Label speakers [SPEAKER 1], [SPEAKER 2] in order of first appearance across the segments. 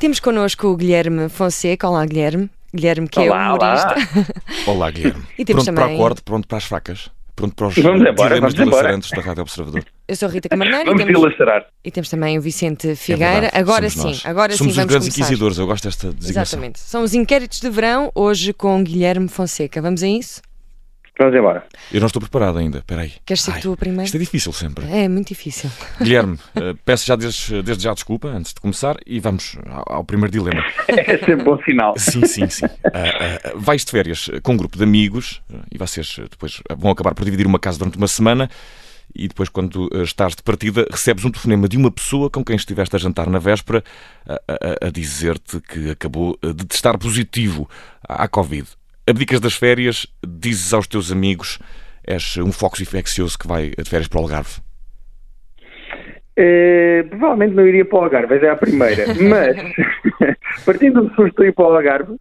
[SPEAKER 1] Temos connosco o Guilherme Fonseca. Olá, Guilherme. Guilherme, que é
[SPEAKER 2] Olá,
[SPEAKER 1] humorista.
[SPEAKER 3] Olá, Guilherme.
[SPEAKER 1] E temos
[SPEAKER 3] pronto para
[SPEAKER 1] também-
[SPEAKER 3] o corte, pronto para as facas. Pronto para os
[SPEAKER 2] Vamos embora,
[SPEAKER 3] dilemas
[SPEAKER 2] vamos embora.
[SPEAKER 3] dilacerantes da Rádio Observador.
[SPEAKER 1] Eu sou Rita Camarneiro e
[SPEAKER 2] Vamos
[SPEAKER 1] temos,
[SPEAKER 2] dilacerar.
[SPEAKER 1] e temos também o Vicente
[SPEAKER 3] É
[SPEAKER 1] Figueira.
[SPEAKER 3] verdade,
[SPEAKER 1] agora sim,
[SPEAKER 3] somos nós.
[SPEAKER 1] agora
[SPEAKER 3] Somos
[SPEAKER 1] sim
[SPEAKER 3] os
[SPEAKER 1] vamos
[SPEAKER 3] grandes
[SPEAKER 1] começar.
[SPEAKER 3] inquisidores, eu gosto desta designação.
[SPEAKER 1] Exatamente. São os inquéritos de verão, hoje com Guilherme Fonseca. Vamos a isso?
[SPEAKER 2] Vamos embora.
[SPEAKER 3] Eu não estou preparado ainda, espera aí.
[SPEAKER 1] Queres ser
[SPEAKER 3] Ai,
[SPEAKER 1] tu o primeiro?
[SPEAKER 3] Isto é difícil sempre.
[SPEAKER 1] É muito difícil.
[SPEAKER 3] Guilherme, eh, peço já desde, desde já desculpa, antes de começar, e vamos ao, ao primeiro dilema.
[SPEAKER 2] É sempre bom sinal.
[SPEAKER 3] Sim, sim, sim. Ah, ah, ah, vais de férias eh, com um grupo de amigos eh, e vocês eh, depois eh, vão acabar por dividir uma casa durante uma semana e depois, quando eh, estás de partida, recebes um telefonema de uma pessoa com quem estiveste a jantar na véspera a, a- a dizer-te que acabou eh, de testar positivo à à Covid. Abdicas das férias, dizes aos teus amigos és um foco infeccioso que vai de férias para o Algarve.
[SPEAKER 2] Eh, provavelmente não iria para o Algarve, essa é a primeira. Mas, partindo do susto ir para o Algarve,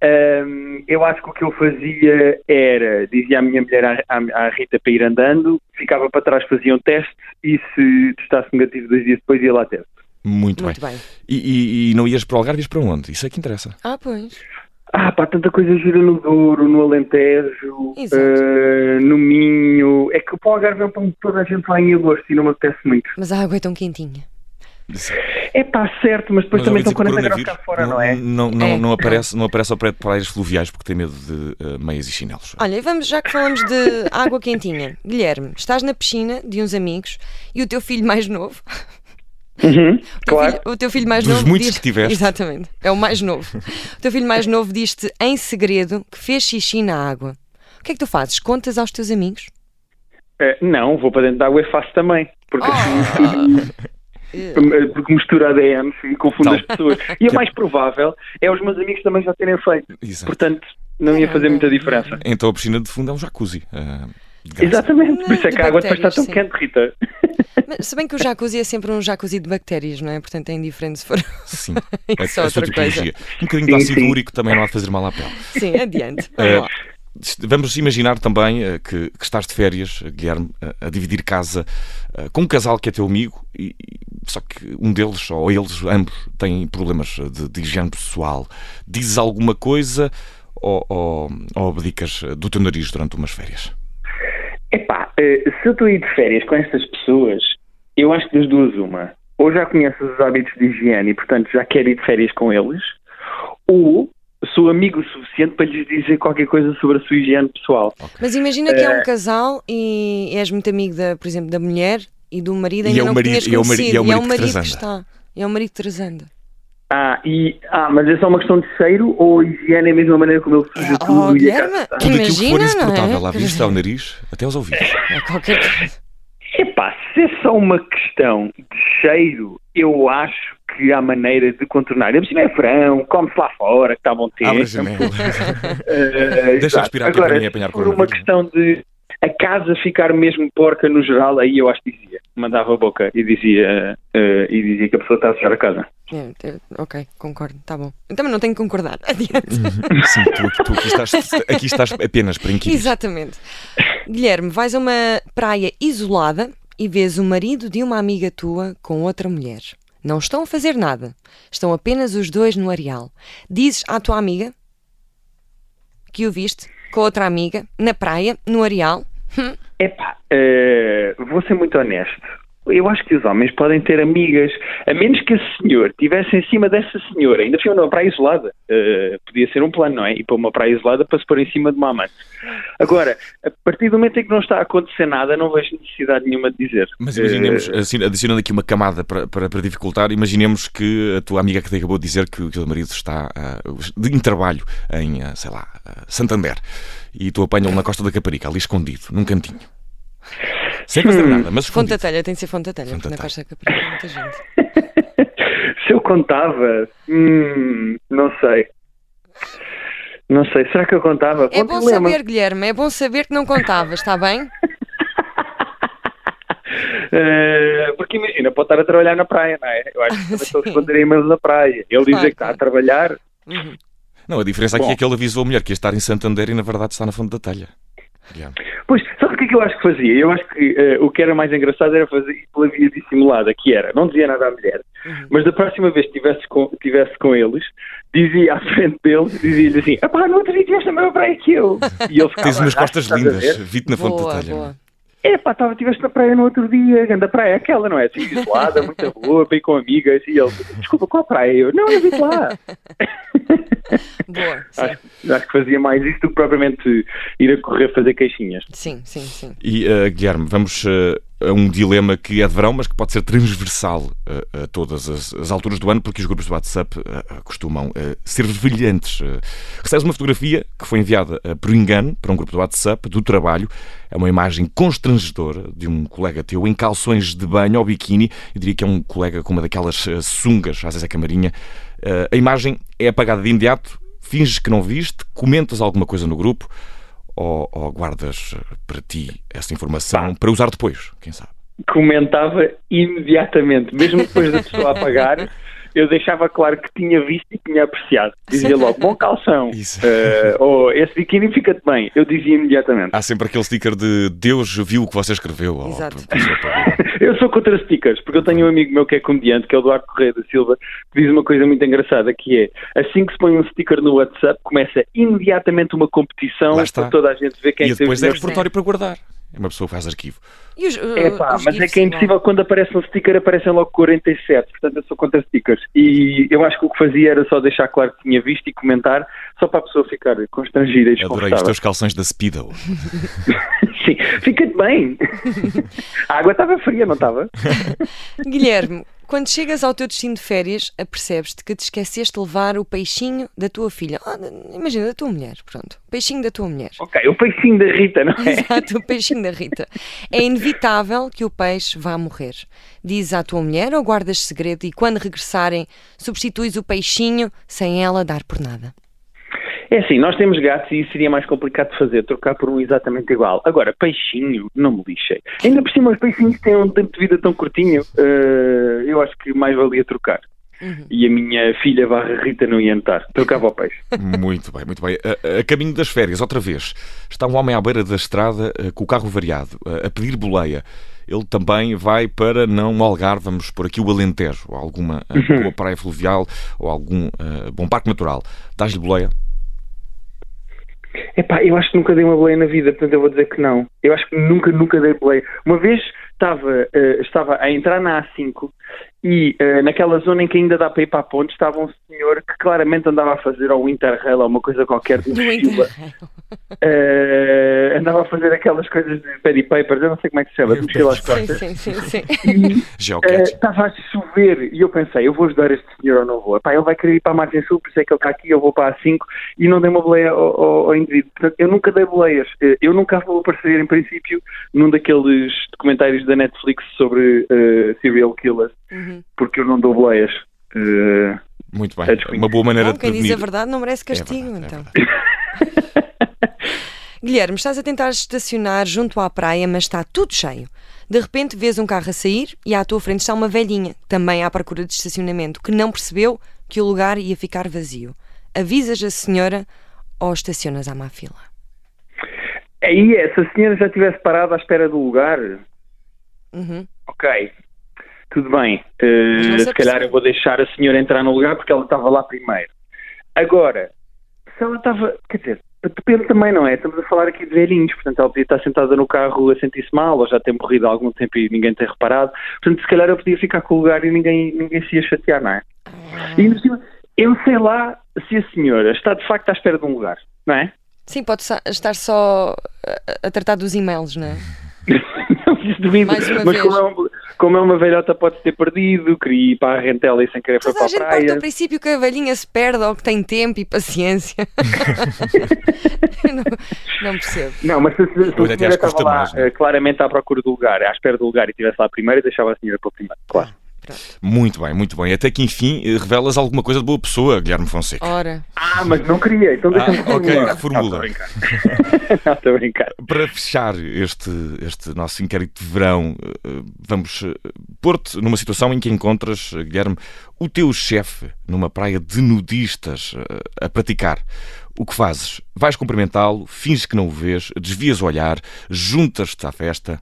[SPEAKER 2] ehm, eu acho que o que eu fazia era, dizia à minha mulher, à, à- à Rita, para ir andando, ficava para trás, fazia um teste e se testasse negativo dois dias depois ia lá ter.
[SPEAKER 3] Muito,
[SPEAKER 1] Muito
[SPEAKER 3] bem.
[SPEAKER 1] bem.
[SPEAKER 3] E, e- e não ias para o Algarve, ias para onde? Isso é que interessa.
[SPEAKER 1] Ah, pois.
[SPEAKER 2] Ah, pá, tanta coisa gira no Douro, no Alentejo,
[SPEAKER 1] Exato.
[SPEAKER 2] eh, no Minho. É que para o Algarve é para onde toda a gente vai em agosto e não me apetece muito.
[SPEAKER 1] Mas a água é tão quentinha.
[SPEAKER 3] Isso-
[SPEAKER 2] É pá, certo, mas depois
[SPEAKER 3] Mas
[SPEAKER 2] também
[SPEAKER 3] ouvi dizer
[SPEAKER 2] estão
[SPEAKER 3] que o
[SPEAKER 2] 40 graus cá
[SPEAKER 3] coronavírus
[SPEAKER 2] fora, não, é?
[SPEAKER 3] Não, não,
[SPEAKER 1] É.
[SPEAKER 3] não aparece, não aparece ao pé de praias fluviais porque tem medo de eh, meias e chinelos.
[SPEAKER 2] Ah.
[SPEAKER 1] Olha, e vamos, já que falamos de água quentinha, Guilherme, estás na piscina de uns amigos e o teu filho mais novo.
[SPEAKER 2] Uhum,
[SPEAKER 1] o teu
[SPEAKER 2] claro.
[SPEAKER 1] filho- o teu filho mais
[SPEAKER 3] Dos
[SPEAKER 1] novo.
[SPEAKER 3] muitos
[SPEAKER 1] diz-
[SPEAKER 3] que tiveste.
[SPEAKER 1] Exatamente. É o mais novo. o teu filho mais novo diz-te em segredo que fez xixi na água. O que é que tu fazes? Contas aos teus amigos?
[SPEAKER 2] Eh, não, vou para dentro da água e faço também. Porque,
[SPEAKER 1] Ah.
[SPEAKER 3] Ah.
[SPEAKER 2] assim,
[SPEAKER 1] Eh,
[SPEAKER 2] porque mistura ADMs e confundo
[SPEAKER 3] Tal.
[SPEAKER 2] as pessoas. E o mais provável é os meus amigos também já terem feito.
[SPEAKER 3] Exato.
[SPEAKER 2] Portanto, não ia fazer muita diferença.
[SPEAKER 3] é. Então a piscina de fundo é um jacuzzi. ah, de graça.
[SPEAKER 2] Exatamente, por isso é
[SPEAKER 1] De
[SPEAKER 2] que a água depois está
[SPEAKER 1] bactérias,
[SPEAKER 2] tão
[SPEAKER 1] sim.
[SPEAKER 2] quente, Rita.
[SPEAKER 1] mas se bem que o jacuzzi é sempre um jacuzzi de bactérias, não é? Portanto é indiferente se for.
[SPEAKER 3] Sim,
[SPEAKER 1] Isso
[SPEAKER 3] é,
[SPEAKER 1] é
[SPEAKER 3] a sua
[SPEAKER 1] outra coisa.
[SPEAKER 3] tipologia. Um bocadinho de
[SPEAKER 2] Sim,
[SPEAKER 3] ácido
[SPEAKER 2] sim.
[SPEAKER 3] úrico também não há de fazer mal à pele.
[SPEAKER 1] Sim, adiante.
[SPEAKER 3] Eh,
[SPEAKER 1] Vamos lá.
[SPEAKER 3] Vamos imaginar também eh, que, que estás de férias, eh, Guilherme, eh, a dividir casa eh, com um casal que é teu amigo, e, e- só que um deles, ou eles, ambos, têm problemas eh, de, de higiene pessoal. Dizes alguma coisa ou, ou, ou abdicas eh, do teu nariz durante umas férias?
[SPEAKER 2] Epá, eh, se eu estou aí de férias com estas pessoas, eu acho que das duas uma. Ou já conheces os hábitos de higiene e, portanto, já quero ir de férias com eles, ou sou amigo o suficiente para lhes dizer qualquer coisa sobre a sua higiene pessoal.
[SPEAKER 1] Mas imagina que é um casal e és muito amigo, da, por exemplo, da mulher e do marido
[SPEAKER 3] E
[SPEAKER 1] ainda
[SPEAKER 3] é o
[SPEAKER 1] não
[SPEAKER 3] marido-
[SPEAKER 1] tinhas
[SPEAKER 3] e é o marido-
[SPEAKER 1] conhecido.
[SPEAKER 3] e é o
[SPEAKER 1] e é o
[SPEAKER 3] marido que
[SPEAKER 1] marido que
[SPEAKER 3] transanda.
[SPEAKER 1] está. E é o marido que transanda.
[SPEAKER 2] Ah, e, ah, mas é só uma questão de cheiro ou a higiene é a mesma maneira como ele suja
[SPEAKER 1] Oh,
[SPEAKER 2] tudo e a
[SPEAKER 1] Guilherme,
[SPEAKER 2] casa está?
[SPEAKER 3] Tudo aquilo que for
[SPEAKER 1] imagina,
[SPEAKER 3] insuportável
[SPEAKER 1] não
[SPEAKER 3] à
[SPEAKER 1] é?
[SPEAKER 3] vista, ao nariz, até aos ouvidos.
[SPEAKER 1] É qualquer coisa.
[SPEAKER 2] Epá, se é só uma questão de cheiro, eu acho que há maneira de contornar. Eu é verão, come-se lá fora, que está bom tempo.
[SPEAKER 3] Abre a janela.
[SPEAKER 2] Eh,
[SPEAKER 3] Deixa
[SPEAKER 2] exato.
[SPEAKER 3] respirar, que é para mim apanhar
[SPEAKER 2] se for uma
[SPEAKER 3] coronavírus.
[SPEAKER 2] questão de a casa ficar mesmo porca no geral, aí eu acho que dizia. Mandava a boca e dizia, eh, e dizia que a pessoa está a sujar a casa.
[SPEAKER 1] É, é, ok, concordo, tá bom. Eu também não tenho que concordar. Adiante.
[SPEAKER 3] Sim, tu, aqui- tu aqui, estás, aqui estás apenas para inquirir.
[SPEAKER 1] Exatamente. Guilherme, vais a uma praia isolada e vês o marido de uma amiga tua com outra mulher. Não estão a fazer nada. Estão apenas os dois no areal. Dizes à tua amiga que o viste com outra amiga na praia, no areal. Hum,
[SPEAKER 2] Epá, eh, vou ser muito honesto. Eu acho que os homens podem ter amigas, a menos que esse senhor estivesse em cima dessa senhora, ainda foi numa praia isolada. Eh, podia ser um plano, não é? Ir para uma praia isolada para se pôr em cima de uma amante. Agora, a partir do momento em que não está a acontecer nada, não vejo necessidade nenhuma de dizer.
[SPEAKER 3] Mas
[SPEAKER 2] Eh,
[SPEAKER 3] imaginemos, assim, adicionando aqui uma camada para, para, para dificultar, imaginemos que a tua amiga que te acabou de dizer que o teu marido está ah, de- em trabalho em, ah, sei lá, ah, Santander e tu apanhas-lo na costa da Caparica, ali escondido, num cantinho. Sem fazer
[SPEAKER 2] Hum.
[SPEAKER 3] nada, mas
[SPEAKER 1] Fonte da
[SPEAKER 3] escondido.
[SPEAKER 1] telha, tem de ser fonte da telha,
[SPEAKER 3] Fonte
[SPEAKER 1] porque
[SPEAKER 3] da
[SPEAKER 1] na Costa da Caparica há muita gente.
[SPEAKER 2] Se eu contava, hum, não sei. Não sei, será que eu contava? um
[SPEAKER 1] É
[SPEAKER 2] Bom
[SPEAKER 1] bom
[SPEAKER 2] dilema.
[SPEAKER 1] saber, Guilherme, é bom saber que não contavas, está bem?
[SPEAKER 2] Eh, porque imagina, pode estar a trabalhar na praia, não é? Eu acho que também estou a responder e-mails na praia. Ele dizer que está a trabalhar.
[SPEAKER 1] Uhum.
[SPEAKER 3] Não, a diferença aqui
[SPEAKER 2] Bom.
[SPEAKER 3] é que ele avisou a mulher que ia estar em Santander e na verdade está na fonte da telha. Guilherme.
[SPEAKER 2] Pois, sabe o que é que eu acho que fazia? Eu acho que eh, o que era mais engraçado era fazer isso pela via dissimulada, que era, não dizia nada à mulher,
[SPEAKER 1] Uhum.
[SPEAKER 2] mas da próxima vez que estivesse com, tivesse com eles, dizia à frente deles, dizia-lhe assim, ah pá, no outro dia tiveste a mesma praia que eu. E ele ficava,
[SPEAKER 3] Tens umas
[SPEAKER 2] "Ah,
[SPEAKER 3] costas
[SPEAKER 2] estás a
[SPEAKER 3] lindas.
[SPEAKER 2] ver?
[SPEAKER 3] Vi-te na fonte
[SPEAKER 1] boa,
[SPEAKER 3] da telha.
[SPEAKER 1] boa.
[SPEAKER 2] É pá, tava, estiveste na praia no outro dia, grande praia é aquela, não é? Assim, isolada, muita boa, bem com amigas, e ele, desculpa, qual praia? Eu, não, eu vi lá.
[SPEAKER 1] Boa, sim,
[SPEAKER 2] acho, acho que fazia mais isso do que propriamente ir a correr fazer queixinhas.
[SPEAKER 1] sim, sim. sim.
[SPEAKER 3] E, eh, Guilherme, vamos eh, a um dilema que é de verão, mas que pode ser transversal eh, a todas as, as alturas do ano, porque os grupos do WhatsApp eh, costumam eh, ser brilhantes. Eh, recebes uma fotografia que foi enviada eh, por engano para um grupo do WhatsApp do trabalho. É uma imagem constrangedora de um colega teu em calções de banho ou biquíni. Eu diria que é um colega com uma daquelas eh, sungas, às vezes é camarinha. Eh, a imagem é apagada de imediato, finges que não viste, comentas alguma coisa no grupo ou, ou guardas eh, para ti essa informação para usar depois, quem sabe?
[SPEAKER 2] Comentava imediatamente, mesmo depois da pessoa apagar, eu deixava claro que tinha visto e tinha apreciado. Dizia logo, bom calção,
[SPEAKER 3] Isso.
[SPEAKER 2] eh, ou esse biquíni fica-te bem. Eu dizia imediatamente.
[SPEAKER 3] Há sempre aquele sticker de Deus viu o que você escreveu. ou- assim.
[SPEAKER 1] Exato.
[SPEAKER 2] Eu sou contra stickers, porque eu tenho um amigo meu que é comediante, que é o Eduardo Correia da Silva, que diz uma coisa muito engraçada, que é, assim que se põe um sticker no WhatsApp, começa imediatamente uma competição
[SPEAKER 3] Lá está.
[SPEAKER 2] para toda a gente ver quem
[SPEAKER 3] e
[SPEAKER 2] é que tem os
[SPEAKER 3] depois é
[SPEAKER 2] melhores
[SPEAKER 3] repertório para guardar. É uma pessoa que faz arquivo.
[SPEAKER 1] E os, uh,
[SPEAKER 2] É pá,
[SPEAKER 1] os
[SPEAKER 2] mas é
[SPEAKER 1] gifs
[SPEAKER 2] que é
[SPEAKER 1] igual.
[SPEAKER 2] impossível quando aparece um sticker, aparecem logo 47, portanto eu sou contra stickers. E eu acho que o que fazia era só deixar claro que tinha visto e comentar, só para a pessoa ficar constrangida e
[SPEAKER 3] Adorei os
[SPEAKER 2] desconfortável.
[SPEAKER 3] teus calções da Speedo.
[SPEAKER 2] Sim, fica-te bem. a água estava fria, não estava?
[SPEAKER 1] Guilherme, quando chegas ao teu destino de férias, apercebes-te que te esqueceste de levar o peixinho da tua filha. Ah, imagina, da tua mulher, pronto. O peixinho da tua mulher.
[SPEAKER 2] Ok, o peixinho da Rita, não é?
[SPEAKER 1] Exato, o peixinho da Rita. É inevitável que o peixe vá morrer. Diz à tua mulher ou guardas segredo e quando regressarem, substituis o peixinho sem ela dar por nada.
[SPEAKER 2] É assim, nós temos gatos e isso seria mais complicado de fazer, trocar por um exatamente igual. Agora, peixinho, não me lixei. Ainda por cima, os peixinhos têm um tempo de vida tão curtinho, eh, eu acho que mais valia trocar. E a minha filha barra Rita não ia notar. Trocava o peixe.
[SPEAKER 3] Muito bem, muito bem. A, a caminho das férias, outra vez, está um homem à beira da estrada eh, com o carro variado, eh, a pedir boleia. Ele também vai para, não o Algarve, vamos por aqui o Alentejo, ou alguma eh,
[SPEAKER 2] Uhum.
[SPEAKER 3] boa praia fluvial ou algum eh, bom parque natural. Dás-lhe boleia?
[SPEAKER 2] Epá, eu acho que nunca dei uma boleia na vida, portanto eu vou dizer que não. Eu acho que nunca, nunca dei boleia. Uma vez estava, eh, estava a entrar na A5 e eh, naquela zona em que ainda dá para ir para a ponte estava um senhor que claramente andava a fazer ou um Interrail ou uma coisa qualquer de
[SPEAKER 1] Do
[SPEAKER 2] mochila.
[SPEAKER 1] Interrail.
[SPEAKER 2] Eh, andava a fazer aquelas coisas de paddy papers, eu não sei como é que se chama, de mochila às
[SPEAKER 1] Sim,
[SPEAKER 2] costas.
[SPEAKER 1] sim, sim, sim.
[SPEAKER 2] Eh,
[SPEAKER 3] Geocat.
[SPEAKER 2] Estava a chover e eu pensei, eu vou ajudar este senhor ou não vou? Epá, ele vai querer ir para a margem sul, por isso é que ele está aqui, eu vou para a 5 e não dei uma boleia ao, ao- ao indivíduo. Portanto, eu nunca dei boleias. Eh, Eu nunca vou aparecer, em princípio, num daqueles documentários da Netflix sobre eh, serial killers,
[SPEAKER 1] Uhum.
[SPEAKER 2] porque eu não dou boleias. Eh,
[SPEAKER 3] Muito
[SPEAKER 2] é
[SPEAKER 3] bem.
[SPEAKER 2] desconhecido.
[SPEAKER 3] Uma boa maneira
[SPEAKER 1] Bom,
[SPEAKER 3] de
[SPEAKER 1] quem diz a
[SPEAKER 3] prevenir.
[SPEAKER 1] verdade não merece
[SPEAKER 3] É
[SPEAKER 1] castigo,
[SPEAKER 3] verdade, é
[SPEAKER 1] então.
[SPEAKER 3] verdade.
[SPEAKER 1] Guilherme, estás a tentar estacionar junto à praia, mas está tudo cheio. De repente vês um carro a sair e à tua frente está uma velhinha, também à procura de estacionamento, que não percebeu que o lugar ia ficar vazio. Avisas a senhora ou estacionas à má fila.
[SPEAKER 2] Aí é, se a senhora já tivesse parado à espera do lugar,
[SPEAKER 1] Uhum.
[SPEAKER 2] ok, tudo bem. Eh,
[SPEAKER 1] Mas não se
[SPEAKER 2] se calhar
[SPEAKER 1] apercebe.
[SPEAKER 2] eu vou deixar a senhora entrar no lugar porque ela estava lá primeiro. Agora, se ela estava. Quer dizer, depende também, não é? Estamos a falar aqui de velhinhos, portanto ela podia estar sentada no carro a sentir-se mal ou já ter morrido há algum tempo e ninguém ter reparado. Portanto, se calhar eu podia ficar com o lugar e ninguém, ninguém se ia chatear, não é?
[SPEAKER 1] Ah.
[SPEAKER 2] E ainda por cima, eu sei lá se a senhora está de facto à espera de um lugar, não é?
[SPEAKER 1] Sim, pode sa- estar só a, a tratar dos e-mails, não é?
[SPEAKER 2] Não fiz duvido.
[SPEAKER 1] Mais uma
[SPEAKER 2] Mas
[SPEAKER 1] vez.
[SPEAKER 2] como é, uma, como é uma velhota, pode ter perdido, queria ir para a rentela e sem querer foi
[SPEAKER 1] Toda
[SPEAKER 2] para
[SPEAKER 1] a
[SPEAKER 2] a
[SPEAKER 1] gente parte
[SPEAKER 2] praia.
[SPEAKER 1] do princípio que a velhinha se perde ou que tem tempo e paciência. Eu não, não percebo.
[SPEAKER 2] Não, mas se, se, se
[SPEAKER 3] Pois é,
[SPEAKER 2] a
[SPEAKER 3] até às
[SPEAKER 2] senhora
[SPEAKER 3] custa
[SPEAKER 2] estava lá
[SPEAKER 3] mais, né?
[SPEAKER 2] eh, claramente à procura do lugar, à espera do lugar e estivesse lá primeiro, eu deixava a senhora para o primeiro, claro.
[SPEAKER 3] Muito bem, muito bem. Até que enfim eh, revelas alguma coisa de boa pessoa, Guilherme Fonseca.
[SPEAKER 1] Ora,
[SPEAKER 2] Ah, mas não queria, então deixa-me
[SPEAKER 3] Ah, ok,
[SPEAKER 2] reformular. Não, estou a
[SPEAKER 3] reformula.
[SPEAKER 2] brincar. Não, estou a brincar.
[SPEAKER 3] Para fechar este, este nosso inquérito de verão, eh, vamos eh, pôr-te numa situação em que encontras, eh, Guilherme, o teu chefe numa praia de nudistas eh, a praticar. O que fazes? Vais cumprimentá-lo, finges que não o vês, desvias o olhar, juntas-te à festa.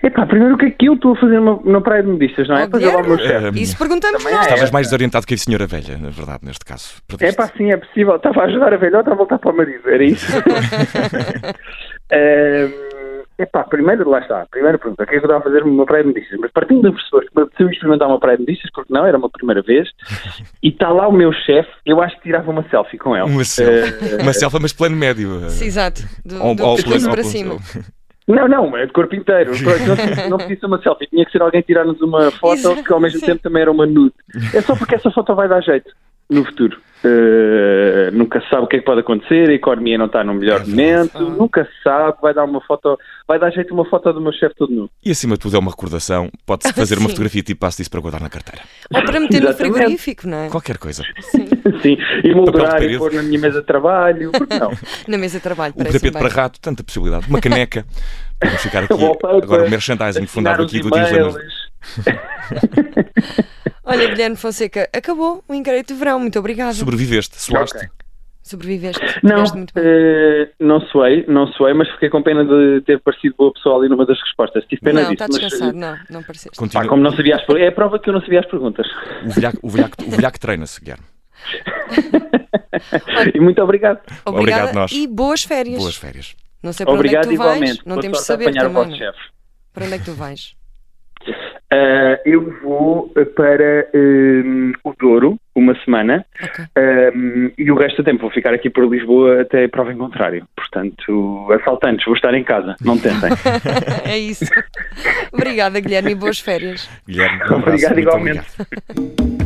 [SPEAKER 2] Epá, primeiro o que é que eu estou a fazer numa, numa praia de nudistas, não é?
[SPEAKER 1] Oh,
[SPEAKER 2] Fazer lá o meu
[SPEAKER 1] Guilherme.
[SPEAKER 2] chefe.
[SPEAKER 3] Eh,
[SPEAKER 1] isso perguntamos
[SPEAKER 2] Também
[SPEAKER 1] nós.
[SPEAKER 2] é.
[SPEAKER 3] Estavas mais desorientado que a senhora velha, na verdade, neste caso.
[SPEAKER 2] É pá, sim, é possível. Estava a ajudar a velhota a voltar para o marido, era isso? é pá, primeiro, lá está. Primeira pergunta, o que é que eu estava a fazer numa praia de nudistas? Mas partindo da pessoa que me apeteceu experimentar uma praia de nudistas, porque não, era uma primeira vez, e está lá o meu chefe, eu acho que tirava uma selfie com Ehm, ele.
[SPEAKER 3] Uma
[SPEAKER 2] É,
[SPEAKER 3] selfie, uma selfie, mas de plano médio. eh,
[SPEAKER 1] Sim, Exato, do,
[SPEAKER 3] ao-
[SPEAKER 1] do
[SPEAKER 3] ao
[SPEAKER 1] pescoço
[SPEAKER 3] plano-
[SPEAKER 1] para
[SPEAKER 3] ao-
[SPEAKER 1] cima.
[SPEAKER 2] Não, não, é de corpo inteiro. Não, não podia ser uma selfie, tinha que ser alguém tirar-nos uma foto
[SPEAKER 1] Exato,
[SPEAKER 2] que ao mesmo
[SPEAKER 1] sim.
[SPEAKER 2] tempo também era uma nude. É só porque essa foto vai dar jeito no futuro. Uh, nunca se sabe o que é que pode acontecer, a economia não está no melhor momento,
[SPEAKER 1] Ah.
[SPEAKER 2] nunca se sabe, vai dar uma foto, vai dar jeito uma foto do meu chefe todo nu.
[SPEAKER 3] E acima de tudo é uma recordação. Pode-se fazer uma
[SPEAKER 1] Sim.
[SPEAKER 3] fotografia tipo passo disso para guardar na carteira.
[SPEAKER 1] Ou para meter no
[SPEAKER 2] Exatamente.
[SPEAKER 1] frigorífico, não é?
[SPEAKER 3] Qualquer coisa.
[SPEAKER 2] Sim, e moldurar
[SPEAKER 3] parede.
[SPEAKER 2] e pôr na minha mesa de trabalho, porque não?
[SPEAKER 1] Na mesa de trabalho,
[SPEAKER 3] O
[SPEAKER 1] parece
[SPEAKER 3] tapete
[SPEAKER 1] bem.
[SPEAKER 3] Um para rato, tanta possibilidade. Uma caneca. Vamos ficar aqui.
[SPEAKER 2] Wallpaper,
[SPEAKER 3] Agora o merchandising
[SPEAKER 2] assinar
[SPEAKER 3] fundado
[SPEAKER 2] os
[SPEAKER 3] aqui do Dias
[SPEAKER 2] e-mails.
[SPEAKER 3] Lemos.
[SPEAKER 1] Olha, Guilherme Fonseca, acabou o inquérito de verão. Muito obrigada.
[SPEAKER 3] Sobreviveste, suaste.
[SPEAKER 2] Ok.
[SPEAKER 1] Sobreviveste.
[SPEAKER 2] Não,
[SPEAKER 1] Fizeste muito bem.
[SPEAKER 2] eh, não suei, não suei, mas fiquei com pena de ter parecido boa pessoa ali numa das respostas. Tive pena
[SPEAKER 1] não, tá
[SPEAKER 2] disso.
[SPEAKER 1] está
[SPEAKER 2] mas, eh,
[SPEAKER 1] descansado. Não, não pareceste.
[SPEAKER 2] Pá,
[SPEAKER 3] Continua.
[SPEAKER 2] como não sabia as perguntas. É a prova que eu não sabia as perguntas.
[SPEAKER 3] O velhaco, o velhaco, o velhaco treina-se, Guilherme.
[SPEAKER 2] E muito obrigado.
[SPEAKER 1] Obrigada
[SPEAKER 3] obrigado, nós.
[SPEAKER 1] e boas férias.
[SPEAKER 3] Boas férias.
[SPEAKER 1] Não sei para
[SPEAKER 2] Obrigado
[SPEAKER 1] onde é é que tu vais.
[SPEAKER 2] igualmente.
[SPEAKER 1] Não
[SPEAKER 2] Boa
[SPEAKER 1] temos de
[SPEAKER 2] sorte a
[SPEAKER 1] saber
[SPEAKER 2] apanhar o
[SPEAKER 1] também.
[SPEAKER 2] vosso
[SPEAKER 1] não.
[SPEAKER 2] chefe.
[SPEAKER 1] Para onde é que tu vais?
[SPEAKER 2] Ah, eu vou para hum, o Douro, uma semana,
[SPEAKER 1] Ok.
[SPEAKER 2] hum, e o resto do tempo vou ficar aqui por Lisboa até prova em contrário. Portanto, assaltantes, vou estar em casa, não tentem.
[SPEAKER 1] é isso. Obrigada, Guilherme, e boas férias.
[SPEAKER 3] Guilherme, um abraço.
[SPEAKER 2] Obrigado
[SPEAKER 3] Muito
[SPEAKER 2] igualmente.
[SPEAKER 3] obrigado.